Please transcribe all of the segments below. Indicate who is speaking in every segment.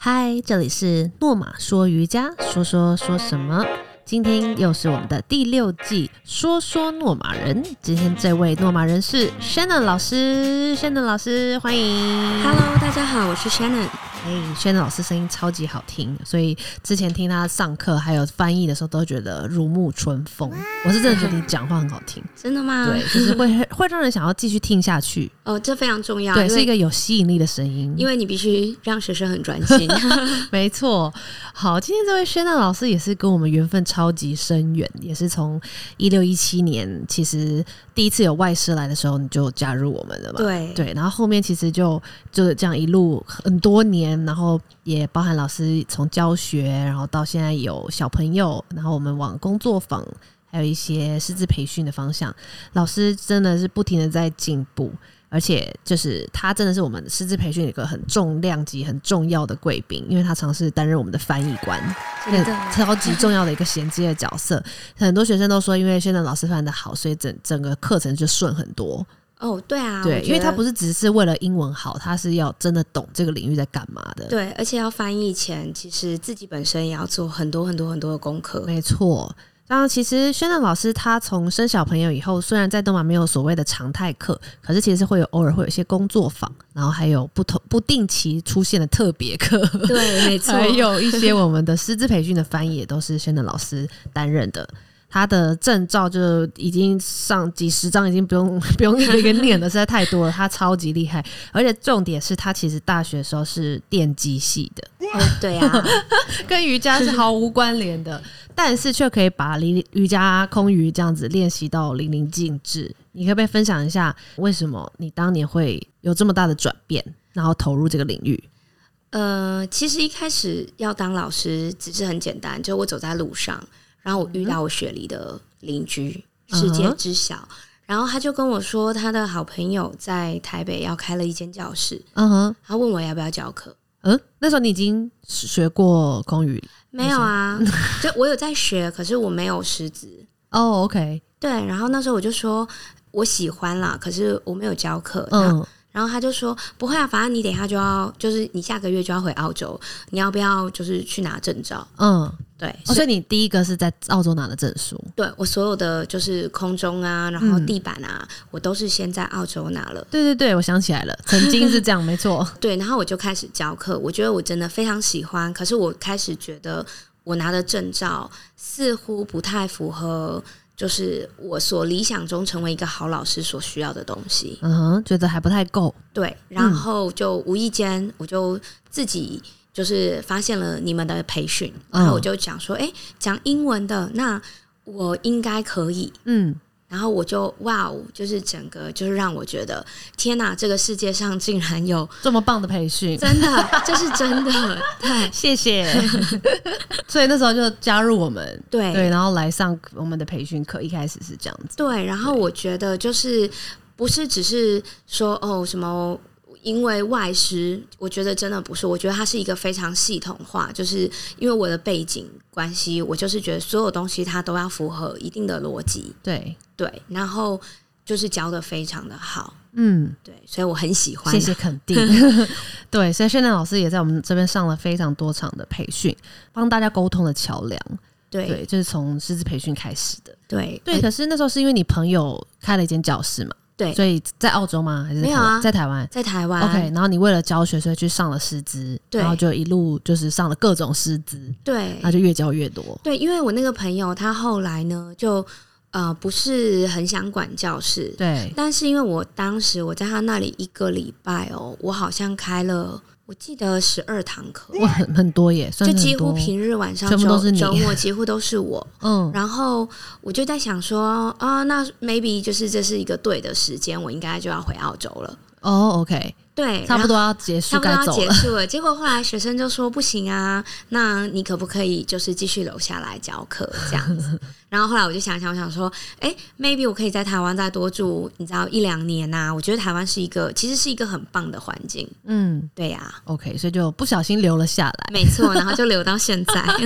Speaker 1: 嗨，这里是诺玛说瑜伽，说说说什么？今天又是我们的第六季，说说诺玛人。今天这位诺玛人是 Shannon 老师，Shannon 老师，欢迎。
Speaker 2: Hello，大家好，我是 Shannon。
Speaker 1: 哎、轩老师声音超级好听，所以之前听他上课还有翻译的时候，都觉得如沐春风。我是真的觉得你讲话很好听，
Speaker 2: 真的吗？
Speaker 1: 对，就是会会让人想要继续听下去。
Speaker 2: 哦，这非常重要，
Speaker 1: 对，
Speaker 2: 因
Speaker 1: 是一
Speaker 2: 为
Speaker 1: 个有吸引力的声音。
Speaker 2: 因为你必须让学生很专心。
Speaker 1: 没错，好，今天这位轩娜老师也是跟我们缘分超级深远，也是从一六一七年，其实第一次有外师来的时候，你就加入我们了嘛？
Speaker 2: 对，
Speaker 1: 对，然后后面其实就就是这样一路很多年，然后也包含老师从教学，然后到现在有小朋友，然后我们往工作坊，还有一些师资培训的方向，老师真的是不停的在进步，而且就是他真的是我们师资培训一个很重量级、很重要的贵宾，因为他尝试担任我们的翻译官，
Speaker 2: 真的
Speaker 1: 那超级重要的一个衔接的角色。很多学生都说，因为现在老师翻的好，所以整整个课程就顺很多。
Speaker 2: 哦，对啊，我
Speaker 1: 对，
Speaker 2: 觉
Speaker 1: 因为他
Speaker 2: 得
Speaker 1: 不是只是为了英文好，他是要真的懂这个领域在干嘛的。，
Speaker 2: 对，而且要翻译前，其实自己本身也要做很多很多很多的功课。
Speaker 1: 没错。当然，其实轩亮老师他从生小朋友以后，虽然在东马没有所谓的常态课，可是其实会有偶尔会有一些工作坊，然后还有不同不定期出现的特别课，
Speaker 2: 对，没错。
Speaker 1: 还有一些我们的师资培训的翻译也都是轩亮老师担任的。他的证照就已经上几十张，已经不用 不用一个一个念了，实在太多了。他超级厉害，而且重点是他其实大学的时候是电机系的，
Speaker 2: 哦，对啊，
Speaker 1: 跟瑜伽是毫无关联的，但是却可以把离瑜伽、空余这样子练习到淋漓尽致。你可不可以分享一下，为什么你当年会有这么大的转变，然后投入这个领域？
Speaker 2: 呃，其实一开始要当老师只是很简单，就我走在路上，然后我遇到我雪梨的邻居，
Speaker 1: 嗯哼
Speaker 2: 世界知晓。然后他就跟我说，他的好朋友在台北要开了一间教室，
Speaker 1: 嗯哼，
Speaker 2: 他问我要不要教课。
Speaker 1: 嗯，那时候你已经学过空余
Speaker 2: 没有啊， 就我有在学，可是我没有师资。
Speaker 1: 哦，OK，
Speaker 2: 对，然后那时候我就说我喜欢啦，可是我没有教课。然后
Speaker 1: 嗯，
Speaker 2: 然后他就说不会啊，反正你等一下就要，就是你下个月就要回澳洲，你要不要就是去拿证照？
Speaker 1: 嗯，哦
Speaker 2: 对，所以
Speaker 1: 所以你第一个是在澳洲拿的证书，
Speaker 2: 对我所有的就是空中啊，然后地板啊，我都是先在澳洲拿了。
Speaker 1: 对对对，我想起来了，曾经是这样，没错，
Speaker 2: 对，然后我就开始教课，我觉得我真的非常喜欢，可是我开始觉得我拿的证照似乎不太符合，就是我所理想中成为一个好老师所需要的东 西。
Speaker 1: 嗯哼，觉得还不太够，
Speaker 2: 对，然后就无意间我就自己。就是发现了你们的培训，
Speaker 1: 嗯
Speaker 2: 然后我就讲说，哎、讲英文的，那我应该可以。
Speaker 1: 嗯，
Speaker 2: 然后我就哇哦，就是整个就是让我觉得，天哪，这个世界上竟然有
Speaker 1: 这么棒的培训，
Speaker 2: 真的，这是真的，对
Speaker 1: 谢谢。 所以那时候就加入我们，
Speaker 2: 对
Speaker 1: 对，然后来上我们的培训课，一开始是这样子。
Speaker 2: 对，然后我觉得就是不是只是说哦什么。因为外师，我觉得真的不是，我觉得它是一个非常系统化，就是因为我的背景关系，我就是觉得所有东西它都要符合一定的逻辑，
Speaker 1: 对，
Speaker 2: 对，然后就是教的非常的好，
Speaker 1: 嗯，
Speaker 2: 对，所以我很喜欢。啊
Speaker 1: 谢谢肯 定。对，所以现在老师也在我们这边上了非常多场的培训，帮大家沟通的桥梁。
Speaker 2: 对
Speaker 1: 对，就是从师资培训开始的。
Speaker 2: 对
Speaker 1: 对，可是那时候是因为你朋友开了一间教室嘛，
Speaker 2: 对
Speaker 1: 所以在澳洲吗？还是在
Speaker 2: 哎没有
Speaker 1: 台
Speaker 2: 啊
Speaker 1: 湾在台湾。
Speaker 2: 在台湾
Speaker 1: OK，然后你为了教学，所以去上了师资，
Speaker 2: 对哎
Speaker 1: 然后就一路就是上了各种师资，
Speaker 2: 对
Speaker 1: 那就越教越多。
Speaker 2: 对，因为我那个朋友他后来呢，就呃不是很想管教室，
Speaker 1: 对，
Speaker 2: 但是因为我当时我在他那里一个礼拜哦，我好像开了，我记得十二堂课，
Speaker 1: 哇，很很多耶，算
Speaker 2: 就是
Speaker 1: 很
Speaker 2: 几乎
Speaker 1: 多
Speaker 2: 平日晚上
Speaker 1: 全部都是
Speaker 2: 周
Speaker 1: 你
Speaker 2: 周末几乎都是我。
Speaker 1: 嗯
Speaker 2: 然后我就在想说，啊，那 maybe 就是这是一个对的时间，我应该就要回澳洲了。
Speaker 1: 哦，OK，
Speaker 2: 对，
Speaker 1: 差不
Speaker 2: 哎然后。
Speaker 1: 多要结束
Speaker 2: 差不
Speaker 1: 该
Speaker 2: 多要
Speaker 1: 走
Speaker 2: 结
Speaker 1: 了。
Speaker 2: 束了，结果后来学生就说不行啊，那你可不可以就是继续留下来教课这样 子？然后后来我就想想，我想说，哎、m a y b e 我可以在台湾再多住，你知道一两年呐、我觉得台湾是一个其实是一个很棒的环境，
Speaker 1: 嗯
Speaker 2: 对呀、
Speaker 1: ，OK，所以就不小心留了下来。
Speaker 2: 没错，然后就留到现在。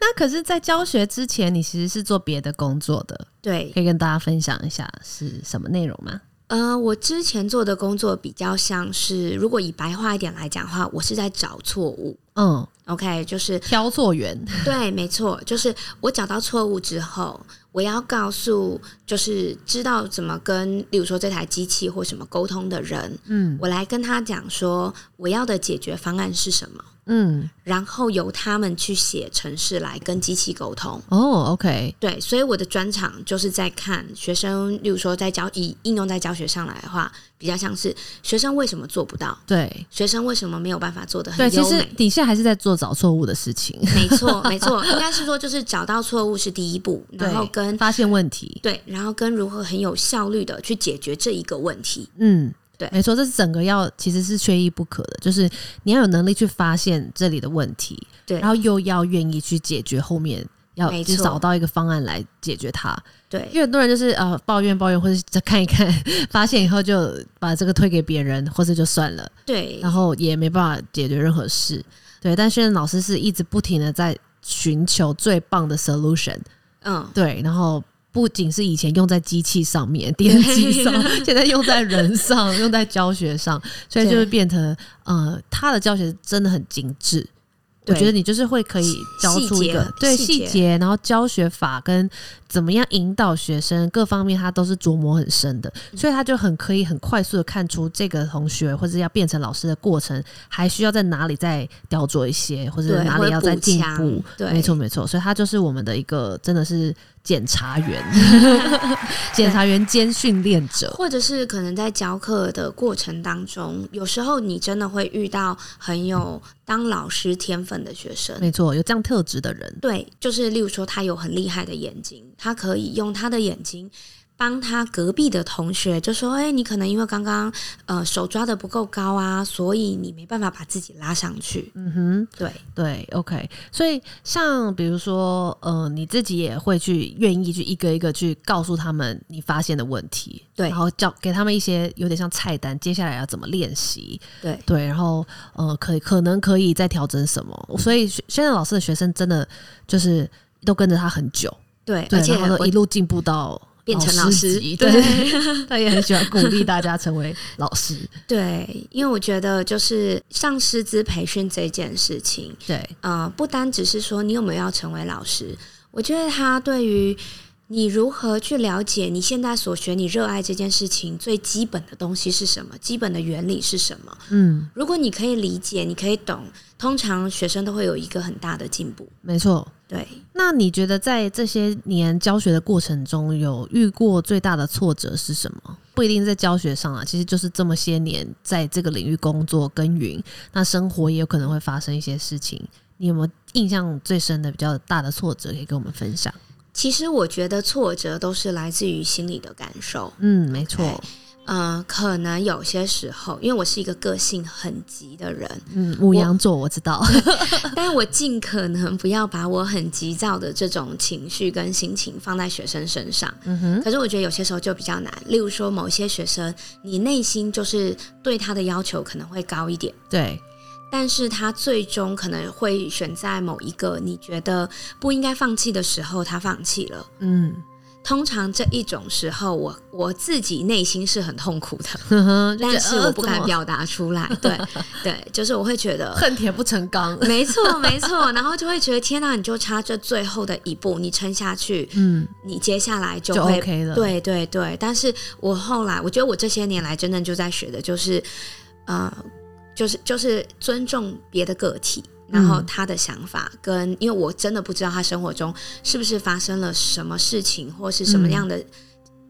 Speaker 1: 那可是，在教学之前，你其实是做别的工作的，
Speaker 2: 对，
Speaker 1: 可以跟大家分享一下是什么内容吗？
Speaker 2: 呃，我之前做的工作比较像是，如果以白话一点来讲的话，我是在找错误。
Speaker 1: 嗯，
Speaker 2: OK，就是
Speaker 1: 挑错员，
Speaker 2: 对，没错，就是我找到错误之后，我要告诉就是知道怎么跟，例如说这台机器或什么沟通的人，
Speaker 1: 嗯
Speaker 2: 我来跟他讲说我要的解决方案是什么，
Speaker 1: 嗯，
Speaker 2: 然后由他们去写程式来跟机器沟通。
Speaker 1: 哦，OK，
Speaker 2: 对，所以我的专长就是在看学生，例如说在教以应用在教学上来的话，比较像是学生为什么做不到，
Speaker 1: 对
Speaker 2: 学生为什么没有办法做得很
Speaker 1: 对，其
Speaker 2: 优
Speaker 1: 实
Speaker 2: 美。
Speaker 1: 底下还是在做找错误的事情，
Speaker 2: 没错，没错，应该是说就是找到错误是第一步，然后
Speaker 1: 对
Speaker 2: 跟
Speaker 1: 发现问题，
Speaker 2: 对，然后跟如何很有效率的去解决这一个问题。
Speaker 1: 嗯。
Speaker 2: 对
Speaker 1: 没错，这是整个要其实是缺一不可的，就是你要有能力去发现这里的问题，
Speaker 2: 对
Speaker 1: 然后又要愿意去解决后面，要
Speaker 2: 没
Speaker 1: 就
Speaker 2: 错
Speaker 1: 找到一个方案来解决它。因
Speaker 2: 对，
Speaker 1: 为很多人就是呃抱怨抱怨，或者是再看一看， 发现以后就把这个推给别人，或者就算了，
Speaker 2: 对，
Speaker 1: 然后也没办法解决任何事。对，但轩老师是一直不停的在寻求最棒的 solution。
Speaker 2: 嗯，
Speaker 1: 对，然后不仅是以前用在机器上面、电机 上，现在用在人上、用在教学上，所以就
Speaker 2: 对
Speaker 1: 会变成呃，他的教学真的很精致。我
Speaker 2: 对
Speaker 1: 觉得你就是会可以教
Speaker 2: 细
Speaker 1: 出一个
Speaker 2: 节
Speaker 1: 对
Speaker 2: 细
Speaker 1: 细
Speaker 2: 节
Speaker 1: 节，然后教学法跟怎么样引导学生各方面，他都是琢磨很深的，
Speaker 2: 嗯
Speaker 1: 所以他就很可以很快速的看出这个同学或者要变成老师的过程，还需要在哪里再雕琢一些，或者
Speaker 2: 对，
Speaker 1: 哪
Speaker 2: 会
Speaker 1: 里要再
Speaker 2: 补
Speaker 1: 进
Speaker 2: 强
Speaker 1: 步。，
Speaker 2: 对，
Speaker 1: 没错没错，所以他就是我们的一个真的是检察 员，检察员兼训练者。
Speaker 2: 或者是可能在教课的过程当中，有时候你真的会遇到很有当老师天分的学生。
Speaker 1: 没错，有这样特质的人，
Speaker 2: 对，就是例如说他有很厉害的眼睛，他可以用他的眼睛。帮他隔壁的同学就说：“哎、你可能因为刚刚呃手抓的不够高啊，所以你没办法把自己拉上去。
Speaker 1: 嗯哼，”
Speaker 2: 对，
Speaker 1: 对，OK。所以像比如说，呃，你自己也会去愿意去一个一个去告诉他们你发现的问题，
Speaker 2: 对
Speaker 1: 然后教给他们一些有点像菜单，接下来要怎么练习，
Speaker 2: 对
Speaker 1: 对，然后呃，可以可能可以再调整什么。所以轩轩然老师的学生真的就是都跟着他很久。
Speaker 2: 对，
Speaker 1: 对，
Speaker 2: 而且
Speaker 1: 然后呢
Speaker 2: 我
Speaker 1: 一路进步到
Speaker 2: 变成老师
Speaker 1: 级
Speaker 2: 对
Speaker 1: 对， 他也很喜欢鼓励大家成为老师，
Speaker 2: 对，因为我觉得就是上师资培训这件事情，
Speaker 1: 对，
Speaker 2: 呃，不单只是说你有没有要成为老师，我觉得他对于你如何去了解你现在所学、你热爱这件事情最基本的东西是什么，基本的原理是什么。
Speaker 1: 嗯，
Speaker 2: 如果你可以理解，你可以懂，通常学生都会有一个很大的进步。
Speaker 1: 没错。
Speaker 2: 对，
Speaker 1: 那你觉得在这些年教学的过程中，有遇过最大的挫折是什么？不一定在教学上啊，其实就是这么些年在这个领域工作耕耘，那生活也有可能会发生一些事情。你有没有印象最深的比较大的挫折可以跟我们分享？
Speaker 2: 其实我觉得挫折都是来自于心理的感受。
Speaker 1: 嗯，没错，
Speaker 2: 嗯，可能有些时候，因为我是一个个性很急 的人，
Speaker 1: 嗯，母羊座我知道，
Speaker 2: 但我尽可能不要把我很急躁的这种情绪跟心情放在学生身上。
Speaker 1: 嗯哼，
Speaker 2: 可是我觉得有些时候就比较难，例如说某些学生，你内心就是对他的要求可能会高一点，
Speaker 1: 对，
Speaker 2: 但是他最终可能会选在某一个你觉得不应该放弃的时候，他放弃了。
Speaker 1: 嗯，
Speaker 2: 通常这一种时候我，我自己内心是很痛苦的，
Speaker 1: 呵呵，就觉得
Speaker 2: 但是我 不
Speaker 1: 呃怎
Speaker 2: 敢
Speaker 1: 么
Speaker 2: 表达出来。 对，对，就是我会觉得
Speaker 1: 恨铁不成钢。
Speaker 2: 没错，没错。然后就会觉得天哪，你就差这最后的一步，你撑下去，
Speaker 1: 嗯，
Speaker 2: 你接下来 就
Speaker 1: 就
Speaker 2: 会
Speaker 1: OK 了
Speaker 2: 对对对。但是我后来，我觉得我这些年来真正就在学的就是，呃，就是就是尊重别的个体。然后
Speaker 1: 嗯
Speaker 2: 他的想法跟，因为我真的不知道他生活中是不是发生了什么事情，或是什么
Speaker 1: 嗯
Speaker 2: 样的、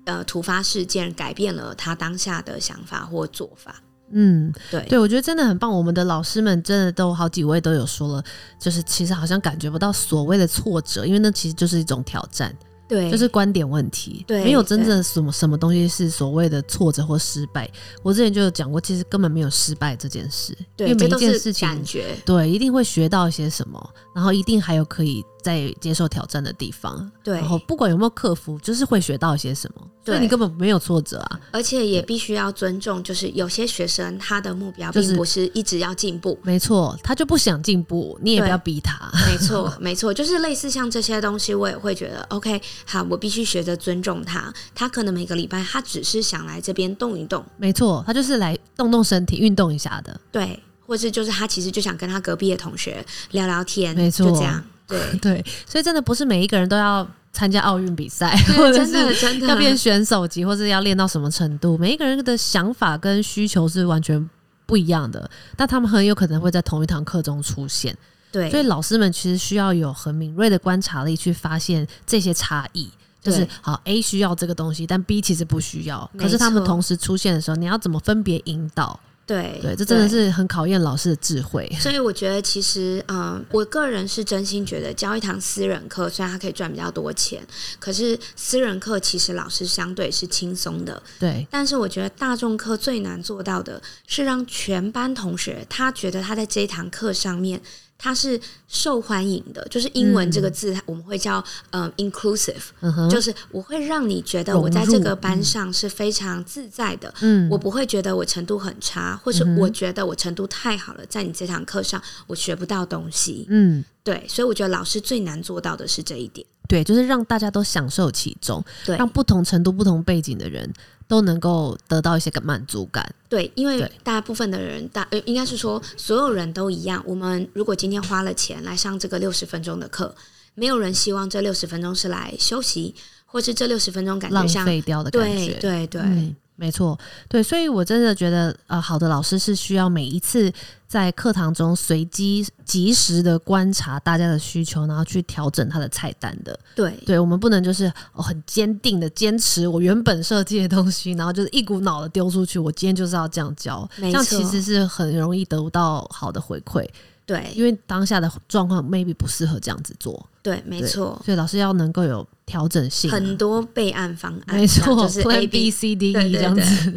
Speaker 2: 呃突发事件改变了他当下的想法或做法。
Speaker 1: 嗯，
Speaker 2: 对
Speaker 1: 对，我觉得真的很棒。我们的老师们真的都好几位都有说了，就是其实好像感觉不到所谓的挫折，因为那其实就是一种挑战，
Speaker 2: 对，
Speaker 1: 就是观点问题，
Speaker 2: 对
Speaker 1: 没有真正什么什么东西是所谓的挫折或失败。我之前就有讲过，其实根本没有失败这件事，因
Speaker 2: 对，
Speaker 1: 为每
Speaker 2: 这
Speaker 1: 一
Speaker 2: 都
Speaker 1: 件
Speaker 2: 是
Speaker 1: 事情
Speaker 2: 感觉。
Speaker 1: 对，一定会学到一些什么，然后一定还有可以在接受挑战的地方。
Speaker 2: 对
Speaker 1: 然后不管有没有克服，就是会学到一些什么，所以
Speaker 2: 对
Speaker 1: 你根本没有挫折啊。
Speaker 2: 而且也必须要尊重，就是有些学生他的目标
Speaker 1: 就是
Speaker 2: 并不是一直要 进步，
Speaker 1: 没错，他就不想进步，你也不
Speaker 2: 对
Speaker 1: 要逼他。
Speaker 2: 没错，没错，就是类似像这些东西，我也会觉得 OK，好，我必须学着尊重他。他可能每个礼拜他只是想来这边动一动，
Speaker 1: 没错，他就是来动动身体、运动一下的。
Speaker 2: 对，或是就是他其实就想跟他隔壁的同学聊聊天，
Speaker 1: 没错
Speaker 2: 就这样，对，
Speaker 1: 对，所以真的不是每一个人都要参加奥运比赛， 或者
Speaker 2: 真
Speaker 1: 是
Speaker 2: 的真的
Speaker 1: 要变选手级，或是要练到什么程度，每一个人的想法跟需求是完全不一样的。那他们很有可能会在同一堂课中出现，所以
Speaker 2: 对，
Speaker 1: 老师们其实需要有很敏锐的观察力去发现这些差异。就是
Speaker 2: 对
Speaker 1: 好，A 需要这个东西，但 B 其实不需要。可是
Speaker 2: 没
Speaker 1: 他们
Speaker 2: 错
Speaker 1: 同时出现的时候，你要怎么分别引导？
Speaker 2: 对，
Speaker 1: 对，这真的。是很考验老师的智慧。
Speaker 2: 所以我觉得，其实，嗯、我个人是真心觉得教一堂私人课，虽然他可以赚比较多钱，可是私人课其实老师相对是轻松的，
Speaker 1: 对，
Speaker 2: 但是我觉得大众课最难做到的是让全班同学他觉得他在这一堂课上面他是受欢迎的，就是英文这个字我们会叫嗯、呃 inclusive，、
Speaker 1: 嗯哼，
Speaker 2: 就是我会让你觉得我在
Speaker 1: 融入
Speaker 2: 这个班上是非常自在的。
Speaker 1: 嗯
Speaker 2: 我不会觉得我程度很差，或是我觉得我程度太好了，在你这堂课上我学不到东西。
Speaker 1: 嗯，
Speaker 2: 对，所以我觉得老师最难做到的是这一点。
Speaker 1: 对，就是让大家都享受其中，
Speaker 2: 对，
Speaker 1: 让不同程度、不同背景的人都能够得到一些个满足感。
Speaker 2: 对，因为
Speaker 1: 对
Speaker 2: 大部分的人，大呃，应该是说所有人都一样。我们如果今天花了钱来上这个六十分钟的课，没有人希望这六十分钟是来休息，或是这六十分钟感觉
Speaker 1: 浪
Speaker 2: 像
Speaker 1: 费掉的感
Speaker 2: 对
Speaker 1: 觉。
Speaker 2: 对对、
Speaker 1: 嗯没错，对，所以我真的觉得，呃，好的老师是需要每一次在课堂中随机、及时的观察大家的需求，然后去调整他的菜单的。
Speaker 2: 对
Speaker 1: 对，我们不能就是、哦、很坚定的坚持我原本设计的东西，然后就是一股脑的丢出去，我今天就是要这样教，这
Speaker 2: 没
Speaker 1: 样
Speaker 2: 错
Speaker 1: 其实是很容易得到好的回馈。因
Speaker 2: 对
Speaker 1: 为当下的状况 maybe 不适合这样子做，
Speaker 2: 对，没
Speaker 1: 对
Speaker 2: 错，
Speaker 1: 所以老师要能够有调整性啊、
Speaker 2: 哦很多备案方案，
Speaker 1: 没
Speaker 2: 这样
Speaker 1: 错
Speaker 2: 就是
Speaker 1: ，Plan B
Speaker 2: A B。
Speaker 1: C D E
Speaker 2: 对对
Speaker 1: 这样子。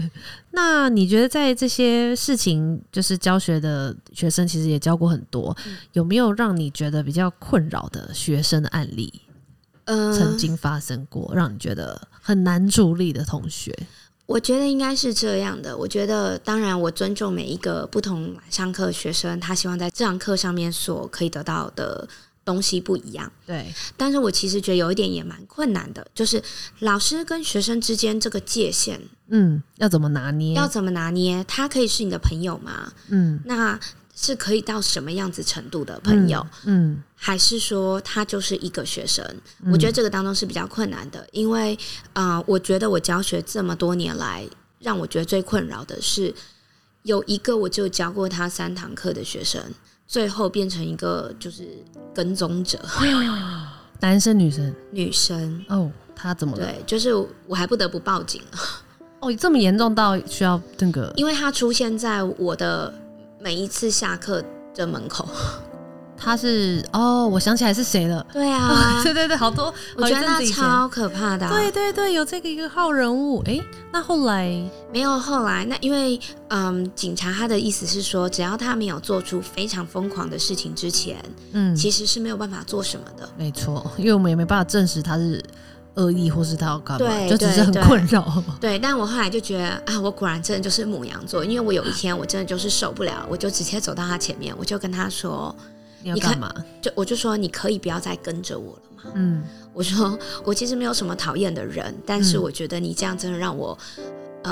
Speaker 1: 那你觉得在这些事情，就是教学的学生其实也教过很多，
Speaker 2: 嗯
Speaker 1: 有没有让你觉得比较困扰的学生的案例，
Speaker 2: 嗯、
Speaker 1: 曾经发生过，让你觉得很难处理的同学？
Speaker 2: 我觉得应该是这样的。我觉得，当然，我尊重每一个不同来上课的学生，他希望在这堂课上面所可以得到的东西不一样。
Speaker 1: 对，
Speaker 2: 但是我其实觉得有一点也蛮困难的，就是老师跟学生之间这个界限
Speaker 1: 嗯，要怎么拿捏？
Speaker 2: 要怎么拿捏？他可以是你的朋友吗？
Speaker 1: 嗯，
Speaker 2: 那是可以到什么样子程度的朋友？
Speaker 1: 嗯，
Speaker 2: 还是说他就是一个学生？我觉得这个当中是比较困难的，因为啊、呃我觉得我教学这么多年来，让我觉得最困扰的是有一个我就教过他三堂课的学生，最后变成一个就是跟踪者
Speaker 1: 男生女生
Speaker 2: 女生。
Speaker 1: 哦，他怎么了？
Speaker 2: 对，就是我还不得不报警，
Speaker 1: 哦，这么严重到需要那个
Speaker 2: 因为他出现在我的每一次下课的门口。
Speaker 1: 他是哦，我想起来是谁了。
Speaker 2: 对啊，
Speaker 1: 对对对，好多，
Speaker 2: 我觉得
Speaker 1: 好
Speaker 2: 那
Speaker 1: 一阵子以前
Speaker 2: 超可怕的啊、
Speaker 1: 对对对，有这个一个号人物。诶，那后来
Speaker 2: 没有后来，那因为嗯，警察他的意思是说，只要他没有做出非常疯狂的事情之前，
Speaker 1: 嗯，
Speaker 2: 其实是没有办法做什么的。
Speaker 1: 没错，因为我们也没办法证实他是恶意或是他要干嘛，
Speaker 2: 对
Speaker 1: 就只是
Speaker 2: 对
Speaker 1: 很
Speaker 2: 对
Speaker 1: 困扰。
Speaker 2: 对，但我后来就觉得啊，我果然真的就是母羊座，因为我有一天我真的就是受不了，我就直接走到他前面，我就跟他说，
Speaker 1: 你要
Speaker 2: 你看
Speaker 1: 干嘛？
Speaker 2: 就我就说你可以不要再跟着我了吗？
Speaker 1: 嗯，
Speaker 2: 我说我其实没有什么讨厌的人，但是
Speaker 1: 嗯
Speaker 2: 我觉得你这样真的让我。
Speaker 1: 很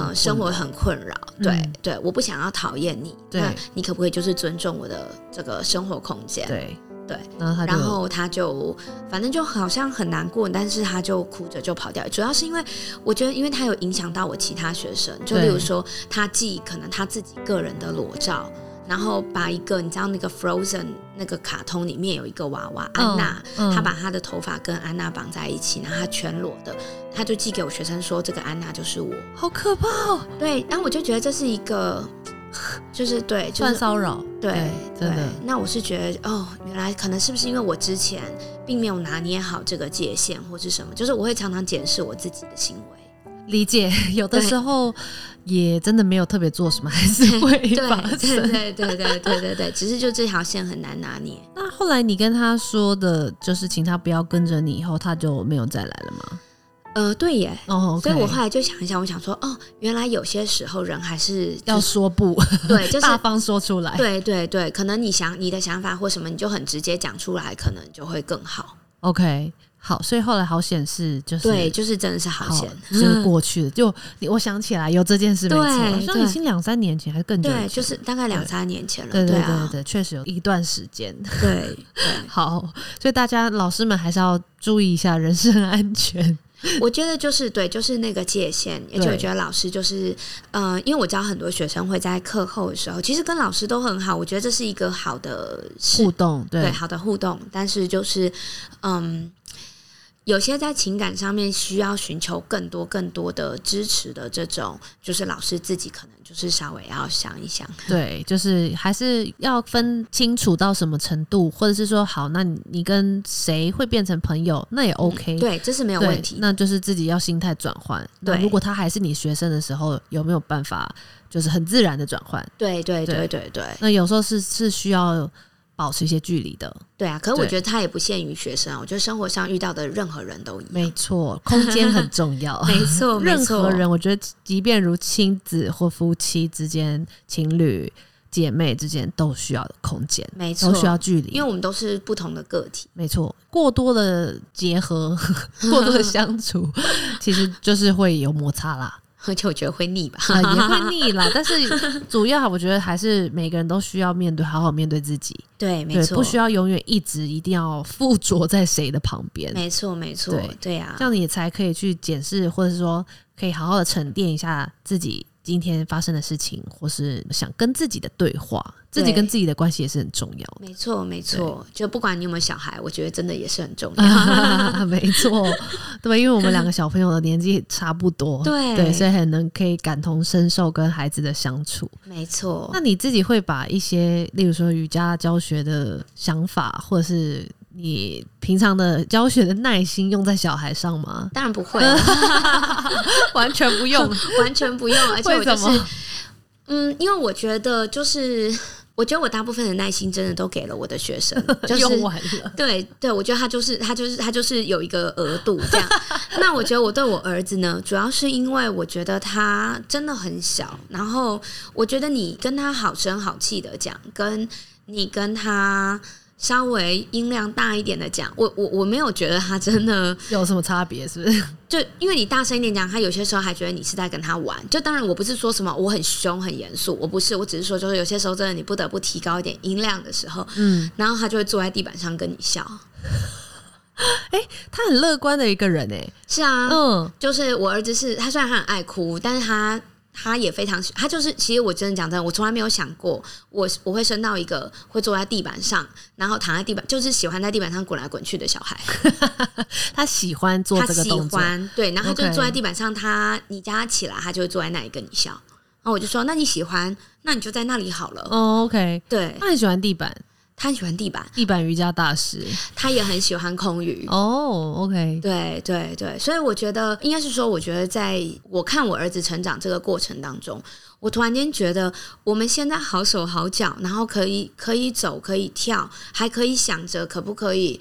Speaker 2: 呃，
Speaker 1: 困
Speaker 2: 生活很困扰，
Speaker 1: 嗯
Speaker 2: 对、对，我不想要讨厌你，
Speaker 1: 对
Speaker 2: 那你可不可以就是尊重我的这个生活空间？
Speaker 1: 对
Speaker 2: 对。
Speaker 1: 然后他就
Speaker 2: 然后他就反正就好像很难过，但是他就哭着就跑掉。主要是因为我觉得，因为他有影响到我其他学生，就
Speaker 1: 对
Speaker 2: 例如说他寄可能他自己个人的裸照，然后把一个你知道那个 Frozen 那个卡通里面有一个娃娃安娜，
Speaker 1: 嗯嗯
Speaker 2: 他把他的头发跟安娜绑在一起，然后他全裸的，他就寄给我学生说这个安娜就是我。
Speaker 1: 好可怕哦，
Speaker 2: 对，然后我就觉得这是一个。就是对，就
Speaker 1: 算
Speaker 2: 是
Speaker 1: 骚扰。
Speaker 2: 对，
Speaker 1: 真的
Speaker 2: 对。那我是觉得，哦，原来可能是不是因为我之前并没有拿捏好这个 界限，或是什么？就是我会常常检视我自己的行为。
Speaker 1: 理解，有的
Speaker 2: 对
Speaker 1: 时候也真的没有特别做什么，还是会发
Speaker 2: 对
Speaker 1: 生。
Speaker 2: 对对对对对对对，只是就这条线很难拿捏。
Speaker 1: 那后来你跟他说的，就是请他不要跟着你，以后他就没有再来了吗？
Speaker 2: 呃，对耶。
Speaker 1: 哦、o k
Speaker 2: 所以我后来就想一想，我想说，哦，原来有些时候人还是
Speaker 1: 要
Speaker 2: 就是
Speaker 1: 说不，
Speaker 2: 对，就是
Speaker 1: 大方说出来。
Speaker 2: 对对对，可能你想你的想法或什么，你就很直接讲出来，可能就会更好。
Speaker 1: OK，好，所以后来好显示就是
Speaker 2: 对，就是真的是好
Speaker 1: 好
Speaker 2: 险，
Speaker 1: 就是过去了。就你我想起来有这件事没错，
Speaker 2: 对
Speaker 1: 好像
Speaker 2: 对
Speaker 1: 已经两三年前还是更久以
Speaker 2: 对，
Speaker 1: 前
Speaker 2: 就是大概两三年前了，
Speaker 1: 对对对
Speaker 2: 啊，
Speaker 1: 对，确实有一段时间。
Speaker 2: 对
Speaker 1: 好，所以大家老师们还是要注意一下人身安全。
Speaker 2: 我觉得就是对，就是那个界限。而且我觉得老师就是，呃，因为我知道很多学生会在课后的时候，其实跟老师都很好，我觉得这是一个好的事
Speaker 1: 互，动对
Speaker 2: 对，好的互动。但是就是，嗯，有些在情感上面需要寻求更多更多的支持的这种，就是老师自己可能就是稍微要想一想。
Speaker 1: 对，就是还是要分清楚到什么程度，或者是说，好，那你你跟谁会变成朋友，那也 OK，、对，
Speaker 2: 嗯对，这是没有问题。
Speaker 1: 那就是自己要心态转换。那
Speaker 2: 对
Speaker 1: 如果他还是你学生的时候，有没有办法就是很自然的转换？
Speaker 2: 对对
Speaker 1: 对
Speaker 2: 对对对
Speaker 1: 那有时候是是需要保持一些距离的，
Speaker 2: 对啊！可是我
Speaker 1: 对
Speaker 2: 觉得他也不限于学生啊，我觉得生活上遇到的任何人都一样。。
Speaker 1: 没错，空间很重要
Speaker 2: 没错，哦没
Speaker 1: 任
Speaker 2: 错
Speaker 1: 何人，我觉得即便如亲子或夫妻之间、情侣、姐妹之间，都需要空间，
Speaker 2: 没错，
Speaker 1: 都需要距离，
Speaker 2: 因为我们都是不同的个体。
Speaker 1: 没错，过多的结合，过多的相处，其实就是会有摩擦 啦，
Speaker 2: 而且我觉得会腻吧，
Speaker 1: 啊、也会腻啦。但是主要我觉得还是每个人都需要面对，好好面对自己，
Speaker 2: 对，没
Speaker 1: 对，
Speaker 2: 错，
Speaker 1: 不需要永远一直一定要附着在谁的旁边，
Speaker 2: 没错，没错，
Speaker 1: 对
Speaker 2: 对呀、
Speaker 1: 这样你才可以去检视，或者是说可以好好的沉淀一下自己今天发生的事情，或是想跟自己的对话，自己
Speaker 2: 对
Speaker 1: 跟自己的关系也是很重 要的。
Speaker 2: 没错，没错，就不管你有没有小孩，我觉得真的也是很重要。
Speaker 1: 啊，没错，对，因为我们两个小朋友的年纪差不多，
Speaker 2: 对
Speaker 1: 所以很能可以感同身受跟孩子的相处。
Speaker 2: 没错？
Speaker 1: 那，你自己会把一些，例如说瑜伽教学的想法，或者是你平常的教学的耐心，用在小孩上吗
Speaker 2: 当然不 会了，
Speaker 1: 完全不 用，
Speaker 2: 完全不用。而且我
Speaker 1: 为
Speaker 2: 就
Speaker 1: 什
Speaker 2: 是，
Speaker 1: 么？
Speaker 2: 嗯，因为我觉得就是，我觉得我大部分的耐心真的都给了我的学生，就是
Speaker 1: 用完了。
Speaker 2: 对对，我觉得他就是他就是他就是有一个额度这样。 那我觉得我对我儿子呢，主要是因为我觉得他真的很小，然后我觉得你跟他好声好气的讲，跟你跟他稍微音量大一点的讲，我我我没有觉得他真的
Speaker 1: 有什么差别？是不 是？
Speaker 2: 就因为你大声一点讲，他有些时候还觉得你是在跟他玩。就当然我不是说什么我很凶很严肃，我不是，我只是说就是有些时候真的你不得不提高一点音量的时候，
Speaker 1: 嗯，
Speaker 2: 然后他就会坐在地板上跟你笑。
Speaker 1: 他很乐观的一个人诶、
Speaker 2: 是啊，
Speaker 1: 嗯，
Speaker 2: 就是我儿子是他虽然他很爱哭，但是他他也非常喜他就是其实我真的讲真的，我从来没有想过我我会生到一个会坐在地板上，然后躺在地板，就是喜欢在地板上滚来滚去的小 孩，
Speaker 1: 他喜欢做
Speaker 2: 他
Speaker 1: 这个
Speaker 2: 喜
Speaker 1: 动作，
Speaker 2: 欢对，然后他
Speaker 1: OK
Speaker 2: 就坐在地板上，他你叫他起来，他就会坐在那里跟你笑。然后我就说，那你喜欢，那你就在那里好了。
Speaker 1: 哦，OK，
Speaker 2: 对
Speaker 1: 他很喜欢地板，
Speaker 2: 他很喜欢地板，
Speaker 1: 地板瑜伽大师。
Speaker 2: 他也很喜欢空余。
Speaker 1: 哦，OK，
Speaker 2: 对对对，所以我觉得应该是说，我觉得在我看我儿子成长这个过程当中，我突然间觉得我们现在好手好脚，然后可以可以走，可以跳，还可以想着可不可以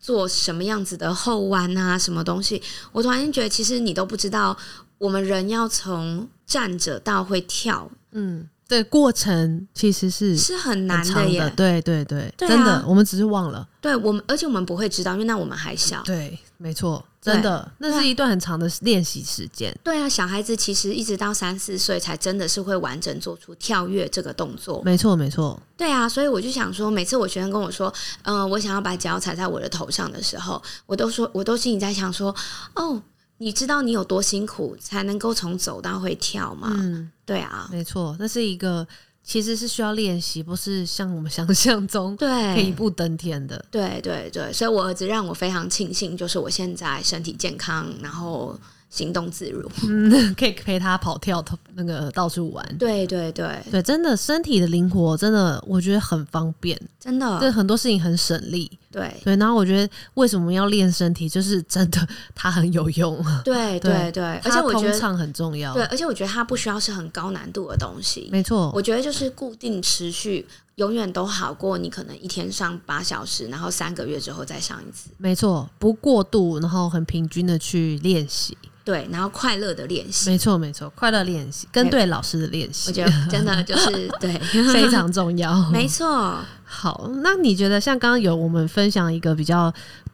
Speaker 2: 做什么样子的后弯啊，什么东西。我突然间觉得，其实你都不知道，我们人要从站着到会跳
Speaker 1: 嗯，对，过程其实是
Speaker 2: 是很
Speaker 1: 很
Speaker 2: 难
Speaker 1: 长
Speaker 2: 的耶。
Speaker 1: 的，对对对，
Speaker 2: 对啊
Speaker 1: 真的，我们只是忘了，
Speaker 2: 对我们，而且我们不会知道，因为那我们还小。
Speaker 1: 对，没错，真的，那是一段很长的练习时间。
Speaker 2: 对啊，小孩子其实一直到三四岁才真的是会完整做出跳跃这个动作。
Speaker 1: 没错，没错，
Speaker 2: 对啊，所以我就想说，每次我学生跟我说，嗯、我想要把脚踩在我的头上的时候，我都说，我都心里在想说，哦，你知道你有多辛苦才能够从走到会跳吗？
Speaker 1: 嗯，
Speaker 2: 对啊，
Speaker 1: 没错，那是一个其实是需要练习，不是像我们想象中可以一
Speaker 2: 对。
Speaker 1: 步登天的。
Speaker 2: 对对对，所以我儿子让我非常庆幸，就是我现在身体健康，然后行动自如。
Speaker 1: 嗯，可以陪他跑跳，那个到处玩。
Speaker 2: 对对对，
Speaker 1: 对，真的身体的灵活，真的我觉得很方便，
Speaker 2: 真的
Speaker 1: 对很多事情很省力。
Speaker 2: 对
Speaker 1: 对，然后我觉得为什么要练身体，就是真的 它很有用，
Speaker 2: 对对对， 而且
Speaker 1: 它
Speaker 2: 我觉
Speaker 1: 通
Speaker 2: 得
Speaker 1: 畅很重要
Speaker 2: 对，。而且我觉得它不需要是很高难度的东西，
Speaker 1: 没错，
Speaker 2: 我觉得就是固定持续，永远都好过你可能一天上八小时，然后三个月之后再上一次，
Speaker 1: 没错，不过度，然后很平均的去练习。
Speaker 2: 对，然后快乐的练习，
Speaker 1: 没错，没错，快乐练习，跟对老师的练习
Speaker 2: 我觉得真的就是 对，
Speaker 1: 非常重 要。
Speaker 2: 没错，
Speaker 1: 好，那你觉得像刚刚有我们分享一个比较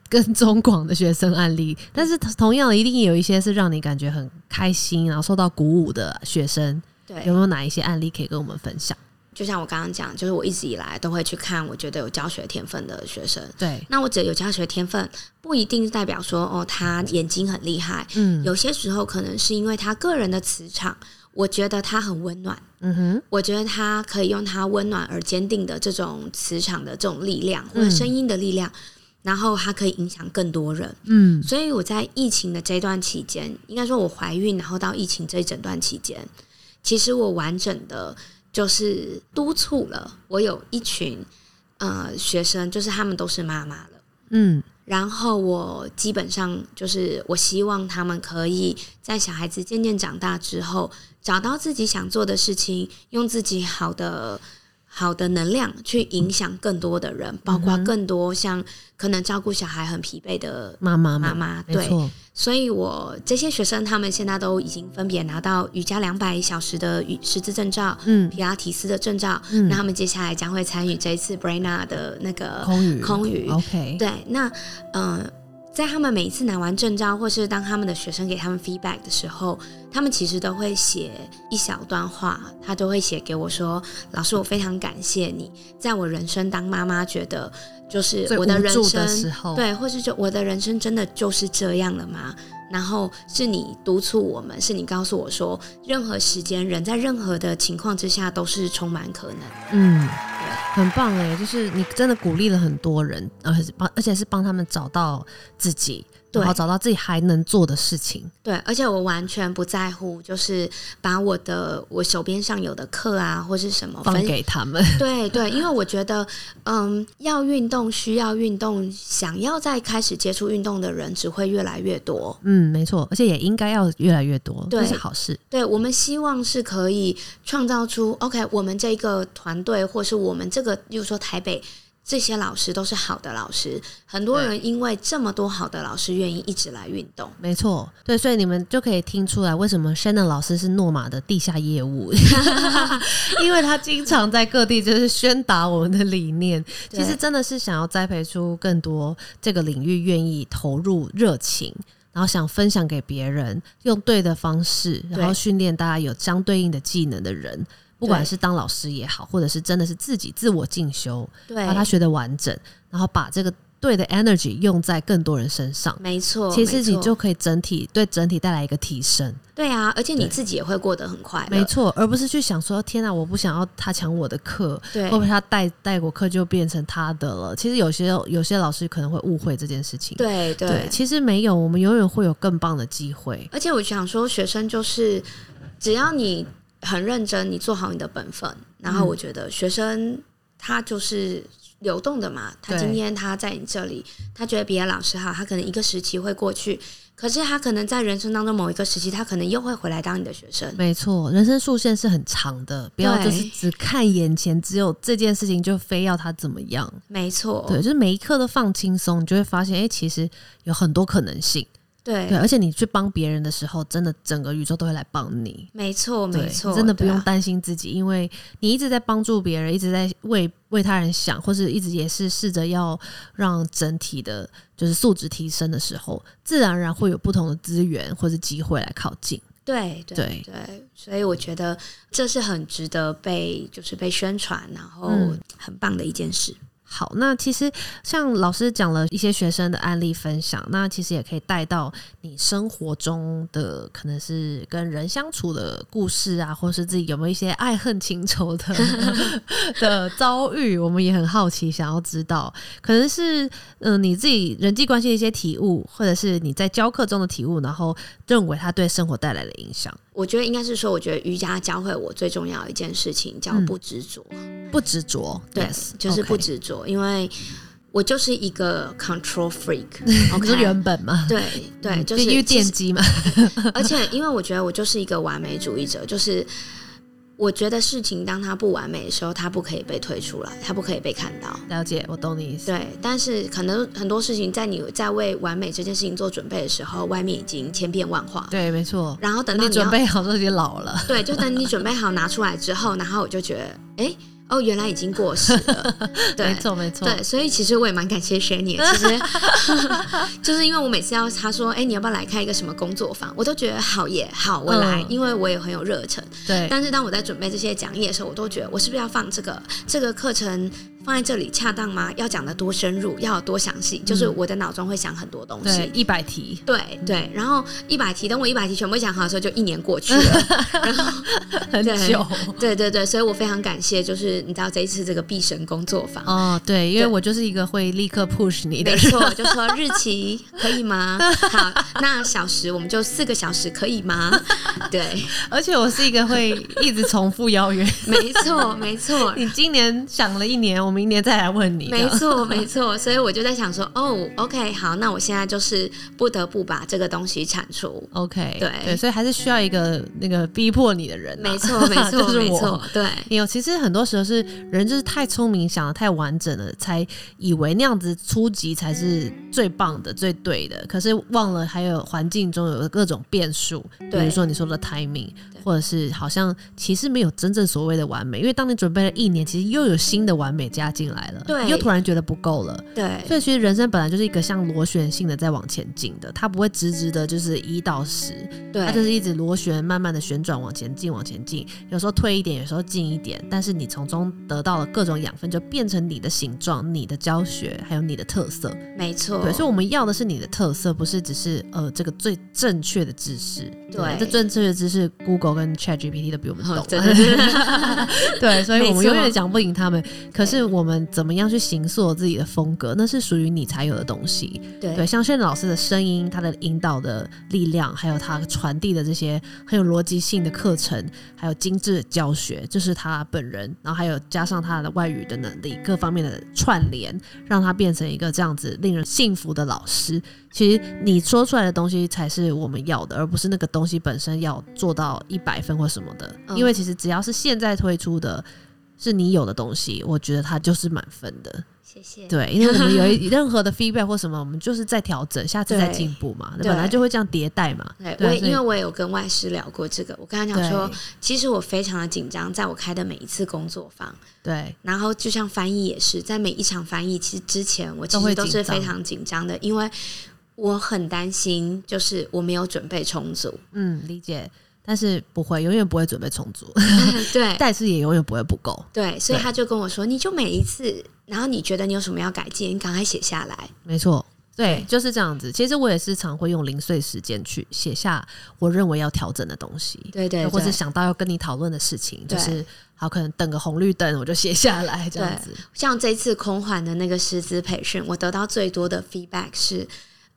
Speaker 1: 跟中广的学生案例，但是
Speaker 2: 嗯
Speaker 1: 同样一定有一些是让你感觉很开心，然后受到鼓舞的学生，
Speaker 2: 对，
Speaker 1: 有没有哪一些案例可以跟我们分享？
Speaker 2: 就像我刚刚讲，就是我一直以来都会去看我觉得有教学天分的学生。
Speaker 1: 对，
Speaker 2: 那我指有教学天分，不一定代表说哦，他眼睛很厉害，
Speaker 1: 嗯，
Speaker 2: 有些时候可能是因为他个人的磁场，我觉得他很温暖，
Speaker 1: 嗯哼，
Speaker 2: 我觉得他可以用他温暖而坚定的这种磁场的这种力量或者声音的力量，然后他可以影响更多人。
Speaker 1: 嗯，
Speaker 2: 所以我在疫情的这段期间，应该说我怀孕，然后到疫情这一整段期间，其实我完整的就是督促了我有一群呃学生，就是他们都是妈妈了。
Speaker 1: 嗯，
Speaker 2: 然后我基本上就是，我希望他们可以在小孩子渐渐长大之后，找到自己想做的事情，用自己好的好的能量去影响更多的人，包括更多像可能照顾小孩很疲惫的
Speaker 1: 妈妈
Speaker 2: 妈
Speaker 1: 们，
Speaker 2: 妈。
Speaker 1: 嗯没
Speaker 2: 对，
Speaker 1: 错，
Speaker 2: 所以我这些学生他们现在都已经分别拿到瑜伽两百小时的瑜师资证照、
Speaker 1: 嗯
Speaker 2: 皮拉提斯的证照，
Speaker 1: 嗯
Speaker 2: 那，他们接下来将会参与这一次 Brena 的那个
Speaker 1: 空余，
Speaker 2: 嗯空余。
Speaker 1: ，OK，
Speaker 2: 对，那呃，在他们每一次拿完证照，或是当他们的学生给他们 feedback 的时候，他们其实都会写一小段话，他都会写给我说：“老师，我非常感谢你，在我人生当妈妈，觉得就是
Speaker 1: 最
Speaker 2: 我的
Speaker 1: 无
Speaker 2: 人
Speaker 1: 助
Speaker 2: 生
Speaker 1: 的时候，
Speaker 2: 对，或是就我的人生真的就是这样了吗？然后是你督促我们，是你告诉我说，任何时间人在任何的情况之下都是充满可能。
Speaker 1: 嗯，很棒哎，就是你真的鼓励了很多人，而且是帮，而且是帮他们找到自己，
Speaker 2: 对
Speaker 1: 然后找到自己还能做的事情，
Speaker 2: 对，而且我完全不在乎，就是把我的我手边上有的课啊，或是什么
Speaker 1: 放
Speaker 2: 分
Speaker 1: 给他们，
Speaker 2: 对对，因为我觉得，嗯，要运动需要运动，想要再开始接触运动的人只会越来越多。
Speaker 1: 嗯，没错，而且也应该要越来越多，
Speaker 2: 对
Speaker 1: 这是好事。
Speaker 2: 对我们希望是可以创造出 OK，我们这个团队，或是我们这个，例如说台北这些老师都是好的老师，很多
Speaker 1: 对
Speaker 2: 人因为这么多好的老师愿意一直来运动，
Speaker 1: 没错，对，所以你们就可以听出来为什么 Shannon 老师是诺玛的地下业务，因为他经常在各地就是宣达我们的理念，其实
Speaker 2: 对
Speaker 1: 真的是想要栽培出更多这个领域愿意投入热情，然后想分享给别人，用对的方式，然后
Speaker 2: 对
Speaker 1: 训练大家有相对应的技能的人，不管
Speaker 2: 对
Speaker 1: 是当老师也好，或者是真的是自己自我进修，
Speaker 2: 对
Speaker 1: 把，它学得完整，然后把这个对的 energy 用在更多人身上。
Speaker 2: 没错，
Speaker 1: 其实
Speaker 2: 没
Speaker 1: 你
Speaker 2: 错
Speaker 1: 就可以整体对整体带来一个提升，
Speaker 2: 对啊，而且你
Speaker 1: 对
Speaker 2: 自己也会过得很快乐，
Speaker 1: 没错，而不是去想说天哪、我不想要他抢我的课，
Speaker 2: 对
Speaker 1: 会不会他带带过课就变成他的了？其实有些有些老师可能会误会这件事情，
Speaker 2: 对对。
Speaker 1: 其实没有，我们永远会有更棒的机会，
Speaker 2: 而且我想说，学生就是只要你很认真，你做好你的本分，然
Speaker 1: 嗯
Speaker 2: 后我觉得学生他就是流动的嘛，他
Speaker 1: 对
Speaker 2: 今天他在你这里，他觉得别的老师好，他可能一个时期会过去，可是他可能在人生当中某一个时期，他可能又会回来当你的学生。
Speaker 1: 没错，人生竖线是很长的，不要
Speaker 2: 对
Speaker 1: 就是只看眼前，只有这件事情就非要他怎么样，
Speaker 2: 没错，
Speaker 1: 对，就是每一刻都放轻松，你就会发现，哎、其实有很多可能性，
Speaker 2: 对
Speaker 1: 对，而且你去帮别人的时候，真的整个宇宙都会来帮你，
Speaker 2: 没错，
Speaker 1: 对
Speaker 2: 没错，
Speaker 1: 真的不
Speaker 2: 对啊
Speaker 1: 用担心自己，因为你一直在帮助别人，一直在为为他人想，或是一直也是试着要让整体的就是素质提升的时候，自然而然会有不同的资源或是机会来靠近。
Speaker 2: 对对
Speaker 1: 对
Speaker 2: 对，所以我觉得这是很值得被就是被宣传，然后
Speaker 1: 嗯
Speaker 2: 很棒的一件事。
Speaker 1: 好，那其实像老师讲了一些学生的案例分享，那其实也可以带到你生活中的可能是跟人相处的故事啊，或是自己有没有一些爱恨情仇的 的遭遇，我们也很好奇，想要知道，可能是嗯、呃你自己人际关系的一些体悟，或者是你在教课中的体悟，然后认为它对生活带来的影响，
Speaker 2: 我觉得应该是说，我觉得瑜伽教会我最重要的一件事情叫
Speaker 1: 嗯
Speaker 2: 不执着，
Speaker 1: 不执着，
Speaker 2: 对
Speaker 1: yes，
Speaker 2: 就是不
Speaker 1: OK
Speaker 2: 执着，因为。我我就是一个 control freak
Speaker 1: 你说
Speaker 2: OK，
Speaker 1: 哦原本嘛，
Speaker 2: 对对，
Speaker 1: 嗯
Speaker 2: 就是
Speaker 1: 因为
Speaker 2: 其
Speaker 1: 电
Speaker 2: 实
Speaker 1: 机嘛，
Speaker 2: 而且因为我觉得我就是一个完美主义者，就是我觉得事情当它不完美的时候，它不可以被推出来，它不可以被看到。
Speaker 1: 了解，我懂你意思。
Speaker 2: 对，但是可能很多事情在你在为完美这件事情做准备的时候，外面已经千变万化。
Speaker 1: 对，没错。
Speaker 2: 然后等
Speaker 1: 等
Speaker 2: 到
Speaker 1: 你
Speaker 2: 你要
Speaker 1: 准备好都已经老了，
Speaker 2: 对，就等你准备好拿出来之后，然后我就觉得，哎，哦，原来已经过时 了。对
Speaker 1: 没，错没错。
Speaker 2: 对，所以其实我也蛮感谢 s h a n y 其 实 就是因为我每次要他说，哎、你要不要来开一个什么工作坊，我都觉得好耶，好，我来，
Speaker 1: 嗯
Speaker 2: 因为我也很有热忱。
Speaker 1: 对
Speaker 2: 但是当我在准备这些讲义的时候，我都觉得我是不是要放这个这个课程放在这里恰当吗？要讲的多深入，要有多详细，就是
Speaker 1: 嗯
Speaker 2: 我的脑中会想很多东西
Speaker 1: 对，。嗯一百题，
Speaker 2: 对对，然后一百题，等我一百题全部讲好的时候，就一年过去了。
Speaker 1: 很
Speaker 2: 对
Speaker 1: 久。
Speaker 2: 对对对，所以我非常感谢，就是你知道这一次这个毕生工作坊，
Speaker 1: 哦，对，因为
Speaker 2: 对
Speaker 1: 我就是一个会立刻 push 你的
Speaker 2: 没
Speaker 1: 人，
Speaker 2: 错，就说日期可以吗？好，那小时我们就四个小时可以吗？ 对，
Speaker 1: 而且我是一个会一直重复邀 约。
Speaker 2: 没错，没错，
Speaker 1: 你今年想了一年，我明年再来问你。这
Speaker 2: 没
Speaker 1: 样
Speaker 2: 错，没错。所以我就在想说，哦，OK，好，那我现在就是不得不把这个东西产出。
Speaker 1: OK，
Speaker 2: 对
Speaker 1: 对，所以还是需要一个那个逼迫你的人、啊。
Speaker 2: 没 错，没
Speaker 1: 就
Speaker 2: 错，
Speaker 1: 是
Speaker 2: 没
Speaker 1: 我
Speaker 2: 错，对，
Speaker 1: 有，哎其实很多时候是人就是太聪明，想的太完整了，才以为那样子初级才是最棒的、最对的。可是忘了还有环境中有各种变数，比如
Speaker 2: 对
Speaker 1: 说你说的 timing，
Speaker 2: 对
Speaker 1: 或者是好像其实没有真正所谓的完美，因为当你准备了一年，其实又有新的完美加进来了，
Speaker 2: 对
Speaker 1: 又突然觉得不够了。
Speaker 2: 对，
Speaker 1: 所以其实人生本来就是一个像螺旋性的在往前进的，它不会直直的，就是一到十，它就
Speaker 2: 对，
Speaker 1: 是一直螺旋慢慢的旋转往前进，往前进，有时候退一点，有时候进一点，但是你从中得到了各种养分，就变成你的形状、你的教学，还有你的特色。
Speaker 2: 没错
Speaker 1: 对，，所以我们要的是你的特色，不是只是呃这个最正确的知识。
Speaker 2: 对
Speaker 1: 这正确的知识，Google 跟 ChatGPT 都比我们懂
Speaker 2: 哦
Speaker 1: 啊。
Speaker 2: 真的 是
Speaker 1: 对，所以我
Speaker 2: 没
Speaker 1: 们
Speaker 2: 错
Speaker 1: 永远讲不赢他们。可是我们怎么样去形塑自己的风格，那是属于你才有的东西。对，
Speaker 2: 对，
Speaker 1: 像炫老师的声音，他的引导的力量，还有他传递的这些很有逻辑性的课程，还有精致的教学，就是他本人，然后还有加上他的外语的能力，各方面的串联，让他变成一个这样子令人信服的老师。其实你说出来的东西才是我们要的，而不是那个东西本身要做到一百分或什么的。
Speaker 2: 嗯
Speaker 1: 因为其实只要是现在推出的。是你有的东西，我觉得它就是满分的。
Speaker 2: 谢谢。
Speaker 1: 对，因为我们有一 任何的 feedback 或什么，我们就是在调整，下次再进步嘛。
Speaker 2: 对
Speaker 1: 本来就会这样迭代嘛。
Speaker 2: 对，
Speaker 1: 对
Speaker 2: 我
Speaker 1: 啊
Speaker 2: 也
Speaker 1: 所以
Speaker 2: 因为我也有跟外师聊过这个，我跟他讲说，其实我非常的紧张，在我开的每一次工作坊，
Speaker 1: 对
Speaker 2: 然后就像翻译也是，在每一场翻译其实之前，我其
Speaker 1: 都会
Speaker 2: 实都
Speaker 1: 紧
Speaker 2: 是
Speaker 1: 张
Speaker 2: 非常紧张的，因为我很担心，就是我没有准备充足。
Speaker 1: 嗯，理解。但是不会，永远不会准备充足，
Speaker 2: 对
Speaker 1: 但是也永远不会不够。
Speaker 2: 对，所以
Speaker 1: 对
Speaker 2: 他就跟我说，你就每一次，然后你觉得你有什么要改进，你赶快写下来。
Speaker 1: 没错，对
Speaker 2: 对，
Speaker 1: 就是这样子。其实我也是常会用零碎时间去写下我认为要调整的东西，
Speaker 2: 对对
Speaker 1: 或者
Speaker 2: 对，
Speaker 1: 想到要跟你讨论的事情，就
Speaker 2: 对
Speaker 1: 是好，可能等个红绿灯我就写下来这样子。
Speaker 2: 像这次空环的那个师资培训，我得到最多的 feedback 是，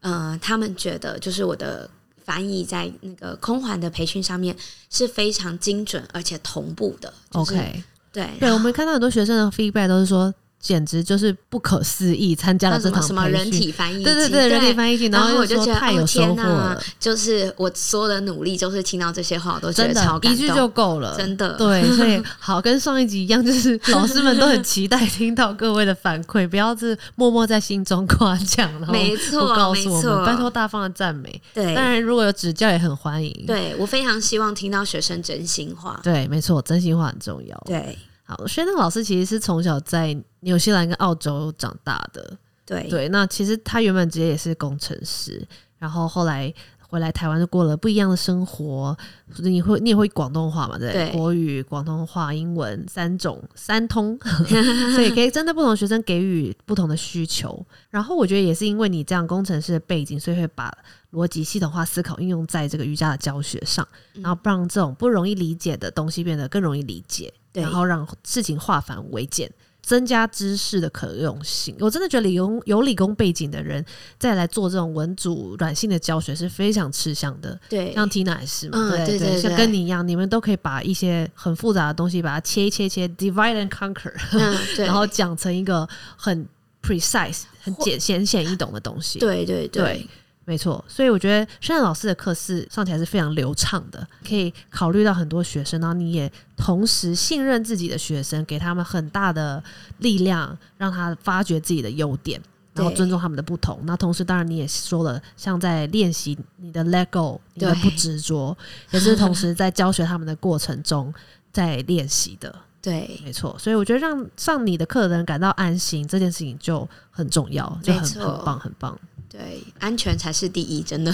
Speaker 2: 呃，他们觉得就是我的。翻译在那个空环的培训上面是非常精准而且同步的。就是
Speaker 1: OK，
Speaker 2: 对
Speaker 1: 对，我们看到很多学生的 feedback 都是说，简直就是不可思议，参加
Speaker 2: 那
Speaker 1: 了这
Speaker 2: 什么
Speaker 1: 堂
Speaker 2: 什么
Speaker 1: 培
Speaker 2: 人
Speaker 1: 训
Speaker 2: 体翻译机，
Speaker 1: 对对对，人体翻译机，
Speaker 2: 然
Speaker 1: 后
Speaker 2: 后我
Speaker 1: 就
Speaker 2: 就
Speaker 1: 说
Speaker 2: 觉得
Speaker 1: 太有
Speaker 2: 哦
Speaker 1: 收
Speaker 2: 天
Speaker 1: 获
Speaker 2: 哪
Speaker 1: 了，
Speaker 2: 就是我所有的努力，就是听到这些话，我都觉
Speaker 1: 真
Speaker 2: 得超
Speaker 1: 的，
Speaker 2: 感
Speaker 1: 一句就
Speaker 2: 动。
Speaker 1: 够了，
Speaker 2: 真的
Speaker 1: 对，所以好，跟上一集一样， 就是老师们都很期待听到各位的反馈，不要是默默在心中夸奖，然后
Speaker 2: 没
Speaker 1: 不
Speaker 2: 错，
Speaker 1: 告
Speaker 2: 没
Speaker 1: 诉我们，拜托
Speaker 2: 错，
Speaker 1: 大方的赞美。当
Speaker 2: 对
Speaker 1: 然，如果有指教也很欢迎。
Speaker 2: 对，我非常希望听到学生真心话。
Speaker 1: 对，没错，真心话很重要。
Speaker 2: 对
Speaker 1: 好，轩正老师其实是从小在纽西兰跟澳洲长大的，
Speaker 2: 对
Speaker 1: 对，那其实他原本职业也是工程师，然后后来回来台湾就过了不一样的生活。你会你也会广东话嘛？对不对，
Speaker 2: 对
Speaker 1: 国语、广东话、英文三种三通， 所以可以针对不同学生给予不同的需求。然后我觉得也是因为你这样工程师的背景，所以会把逻辑系统化思考应用在这个瑜伽的教学上，
Speaker 2: 嗯
Speaker 1: 然后让这种不容易理解的东西变得更容易理解。
Speaker 2: 对
Speaker 1: 然后让事情化繁为简，增加知识的可用性。我真的觉得理工有理工背景的人再来做这种文组软性的教学是非常吃香的。
Speaker 2: 对
Speaker 1: 像 Tina 也是嘛，
Speaker 2: 嗯
Speaker 1: 对
Speaker 2: 对对对
Speaker 1: 像跟你一样，你们都可以把一些很复杂的东西把它切一切切，divide and conquer，
Speaker 2: 嗯对，
Speaker 1: 然后讲成一个很 precise 很简浅显易懂的东西。
Speaker 2: 对对
Speaker 1: 对，没错，所以我觉得圣诞老师的课是上起来是非常流畅的，可以考虑到很多学生，然后你也同时信任自己的学生，给他们很大的力量，让他发掘自己的优点，然后
Speaker 2: 对
Speaker 1: 尊重他们的不同。那同时，当然你也说了，像在练习你的 let go，你的
Speaker 2: 对
Speaker 1: 不执 着，也是同时在教学他们的过程中在练习的。
Speaker 2: 对，
Speaker 1: 没错，所以我觉得让上你的课的人感到安心这件事情就很重要，就很
Speaker 2: 没错
Speaker 1: 很棒，很棒。
Speaker 2: 对，安全才是第一， 真的，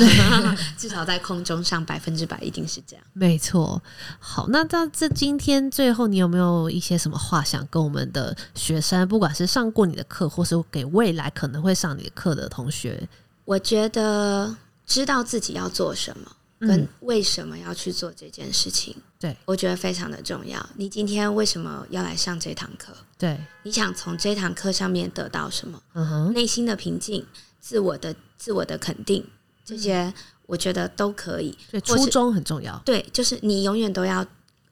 Speaker 2: 至少在空中上百分之百一定是这样。
Speaker 1: 没错，好，那到这今天最后，你有没有一些什么话想跟我们的学生，不管是上过你的课，或是给未来可能会上你的课的同学，
Speaker 2: 我觉得知道自己要做什么，跟
Speaker 1: 嗯，
Speaker 2: 为什么要去做这件事情，
Speaker 1: 对
Speaker 2: 我觉得非常的重要。你今天为什么要来上这堂课？
Speaker 1: 对，
Speaker 2: 你想从这堂课上面得到什么？
Speaker 1: 嗯哼，
Speaker 2: 内心的平静、自我的自我的肯定，这些我觉得都可以。
Speaker 1: 所以
Speaker 2: 或是
Speaker 1: 初衷很重要，
Speaker 2: 对，就是你永远都要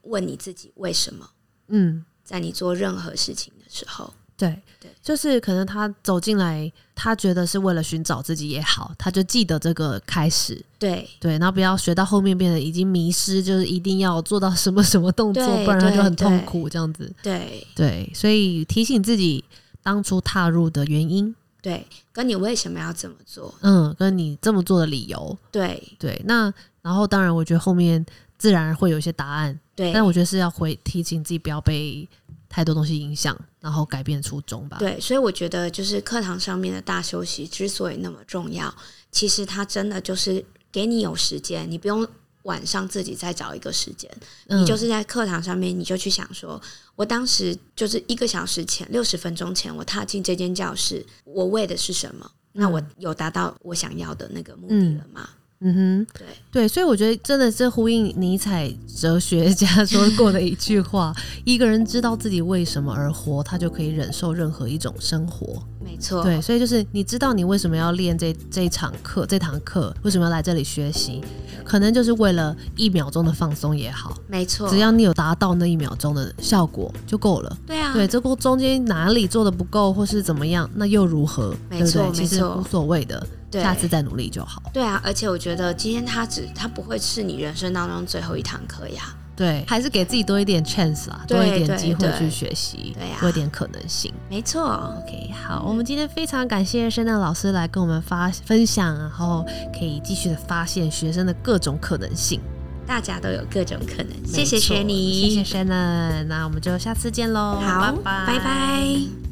Speaker 2: 问你自己为什么，
Speaker 1: 嗯，
Speaker 2: 在你做任何事情的时候，
Speaker 1: 对
Speaker 2: 对，
Speaker 1: 就是可能他走进来，他觉得是为了寻找自己也好，他就记得这个开始，
Speaker 2: 对
Speaker 1: 对，然后不要学到后面变得已经迷失，就是一定要做到什么什么动作，
Speaker 2: 对
Speaker 1: 不然他就
Speaker 2: 对
Speaker 1: 很痛
Speaker 2: 对
Speaker 1: 苦这样子。
Speaker 2: 对
Speaker 1: 对，所以提醒自己当初踏入的原因，
Speaker 2: 对，跟你为什么要这么做？
Speaker 1: 嗯，跟你这么做的理由，
Speaker 2: 对
Speaker 1: 对，那然后当然，我觉得后面自然会有一些答案，
Speaker 2: 对
Speaker 1: 但我觉得是要回提醒自己不要被太多东西影响，然后改变初衷吧。，
Speaker 2: 对，所以我觉得就是课堂上面的大休息之所以那么重要，其实它真的就是给你有时间，你不用晚上自己再找一个时间，
Speaker 1: 嗯
Speaker 2: 你就是在课堂上面，你就去想说，我当时就是一个小时前、六十分钟前，我踏进这间教室，我为的是什么？那
Speaker 1: 嗯
Speaker 2: 我有达到我想要的那个目的了吗？
Speaker 1: 嗯哼，
Speaker 2: 对
Speaker 1: 对，所以我觉得真的是呼应尼采哲学家说过的一句话：一个人知道自己为什么而活，他就可以忍受任何一种生活。
Speaker 2: 没错，
Speaker 1: 对，所以就是你知道你为什么要练这这一场课，这堂课为什么要来这里学习，可能就是为了一秒钟的放松也好，
Speaker 2: 没错，
Speaker 1: 只要你有达到那一秒钟的效果就够了。
Speaker 2: 对啊，
Speaker 1: 对，这过中间哪里做的不够，或是怎么样，那又如何？
Speaker 2: 没
Speaker 1: 对不对
Speaker 2: 错
Speaker 1: 其
Speaker 2: 没
Speaker 1: 实
Speaker 2: 错
Speaker 1: 无所谓的，
Speaker 2: 对
Speaker 1: 下次再努力就好。
Speaker 2: 对啊，而且我觉得今天它只它不会是你人生当中最后一堂课呀，
Speaker 1: 对，还是给自己多一点 chance 啊，多
Speaker 2: 对
Speaker 1: 一点
Speaker 2: 对
Speaker 1: 机会
Speaker 2: 对
Speaker 1: 去学习，
Speaker 2: 对啊
Speaker 1: 多一点可能性。
Speaker 2: 没错，
Speaker 1: OK，好，我们今天非常感谢圣诞老师来跟我们发分享，然后可以继续的发现学生的各种可能性。
Speaker 2: 大家都有各种可能。谢
Speaker 1: 没
Speaker 2: 谢
Speaker 1: 错
Speaker 2: 雪妮，
Speaker 1: 谢谢 Shannon，那我们就下次见喽，
Speaker 2: 好，
Speaker 1: 拜
Speaker 2: 拜拜